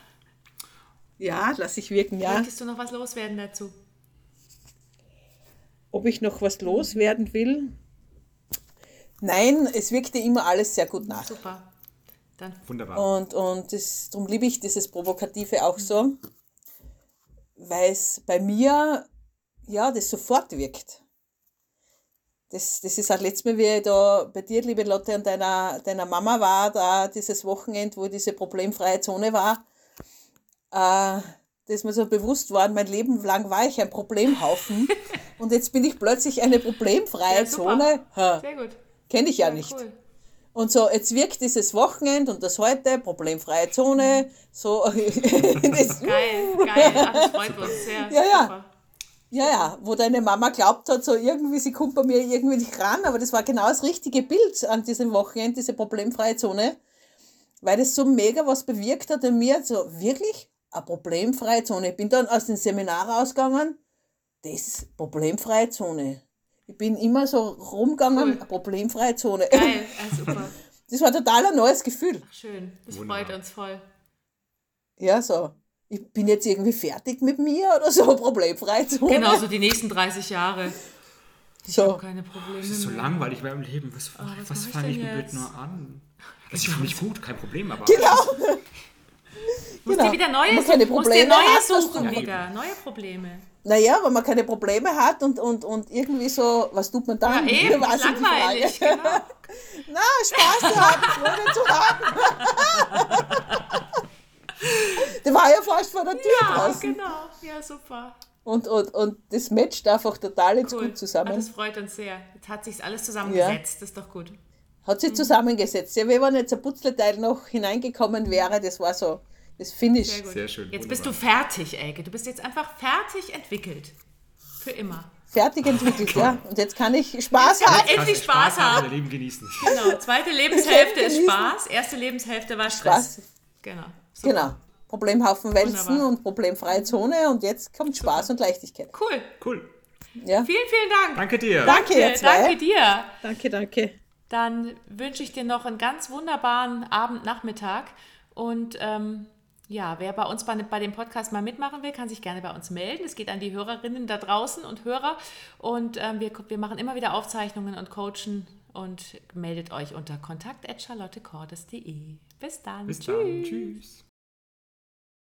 B: Ja, lass ich wirken, ja.
A: Möchtest du noch was loswerden dazu?
B: Ob ich noch was loswerden will? Nein, es wirkte immer alles sehr gut nach.
A: Super. Dann
C: Wunderbar.
B: Und, und das, darum liebe ich dieses Provokative auch so, weil es bei mir, ja, das sofort wirkt. Das, das ist auch letztes Mal, wie ich da bei dir, liebe Lotte, und deiner, deiner Mama war, da dieses Wochenende, wo diese problemfreie Zone war, äh, das ist mir so bewusst worden, mein Leben lang war ich ein Problemhaufen und jetzt bin ich plötzlich eine problemfreie
A: Ja, super.
B: Zone. Ha,
A: sehr gut.
B: Kenne ich ja,
A: Ja,
B: nicht.
A: Cool.
B: Und so, jetzt wirkt dieses Wochenende und das heute, problemfreie Zone, so. das,
A: Geil, geil. Ach, das freut uns sehr.
B: Ja, ja.
A: Super.
B: ja, ja, wo deine Mama glaubt hat, so irgendwie, sie kommt bei mir irgendwie nicht ran, aber das war genau das richtige Bild an diesem Wochenende, diese problemfreie Zone, weil das so mega was bewirkt hat in mir, so wirklich eine problemfreie Zone. Ich bin dann aus dem Seminar rausgegangen, das ist problemfreie Zone. Ich bin immer so rumgegangen,
A: Cool.
B: problemfreie Zone.
A: Geil, ja, super.
B: Das war total ein neues Gefühl.
A: Schön. Das
C: Wunderbar.
A: freut uns voll.
B: Ja, so. Ich bin jetzt irgendwie fertig mit mir oder so, problemfrei zu.
A: Genau so die nächsten 30 Jahre. Ich
B: So.
A: habe keine Probleme.
C: Das ist so
A: mehr.
C: langweilig in meinem Leben. Was,
A: Mhm. Oh, was
C: was
A: mach ich
C: fange
A: denn
C: ich mit
A: jetzt? Genau.
C: Bild nur an? Also ich fühle mich gut, kein Problem, aber.
A: Musst dir wieder neue,
B: Wenn man keine
A: suchen, musst dir
B: genau. Probleme
A: neue
B: hat, hast
A: suchen
C: du-
A: wieder. Neue Probleme.
B: Naja, wenn man keine Probleme hat und, und, und irgendwie so, was tut man
A: Ja,
B: dann?
A: eben,
B: Was
A: ist
B: ist die
A: langweilig.
B: Frage?
A: Genau.
B: Na, Spaß zu haben, Freude zu haben. Der war ja fast vor der Tür
A: Ja,
B: draußen.
A: genau. Ja, super.
B: Und, und, und das matcht einfach total jetzt
A: Cool.
B: gut zusammen.
A: Ah, das freut uns sehr. Jetzt hat sich alles zusammengesetzt. Das ist doch gut.
B: hat
A: Mhm.
B: sich zusammengesetzt. Ja, wenn man jetzt ein Putzleteil noch hineingekommen wäre, das war so das Finish.
A: gut.
C: Sehr schön,
A: Jetzt bist du fertig, Elke. Du bist jetzt einfach fertig entwickelt. Für immer.
B: Fertig entwickelt, ja. Und jetzt kann ich Spaß haben.
A: Aber endlich Spaß haben.
C: Leben genießen.
A: Genau. Zweite Lebenshälfte ist
B: genießen.
A: Spaß. Erste Lebenshälfte war Stress.
B: Spaß.
A: Genau. Super.
B: Genau. Problemhaufen wälzen
A: Wunderbar.
B: und problemfreie Zone und jetzt kommt Spaß und Leichtigkeit.
A: Cool.
C: Cool.
B: Ja.
A: Vielen, vielen Dank.
C: Danke dir.
B: Danke, ihr zwei.
A: Danke dir.
B: danke. danke.
A: Dann wünsche ich dir noch einen ganz wunderbaren Abend, Nachmittag. Und ähm, ja, wer bei uns bei, bei dem Podcast mal mitmachen will, kann sich gerne bei uns melden. Es geht an die Hörerinnen da draußen und Hörer. Und ähm, wir, wir machen immer wieder Aufzeichnungen und coachen. Und meldet euch unter kontakt.charlottecordes.de. Bis dann.
C: Bis
A: Tschüss.
C: dann. Tschüss.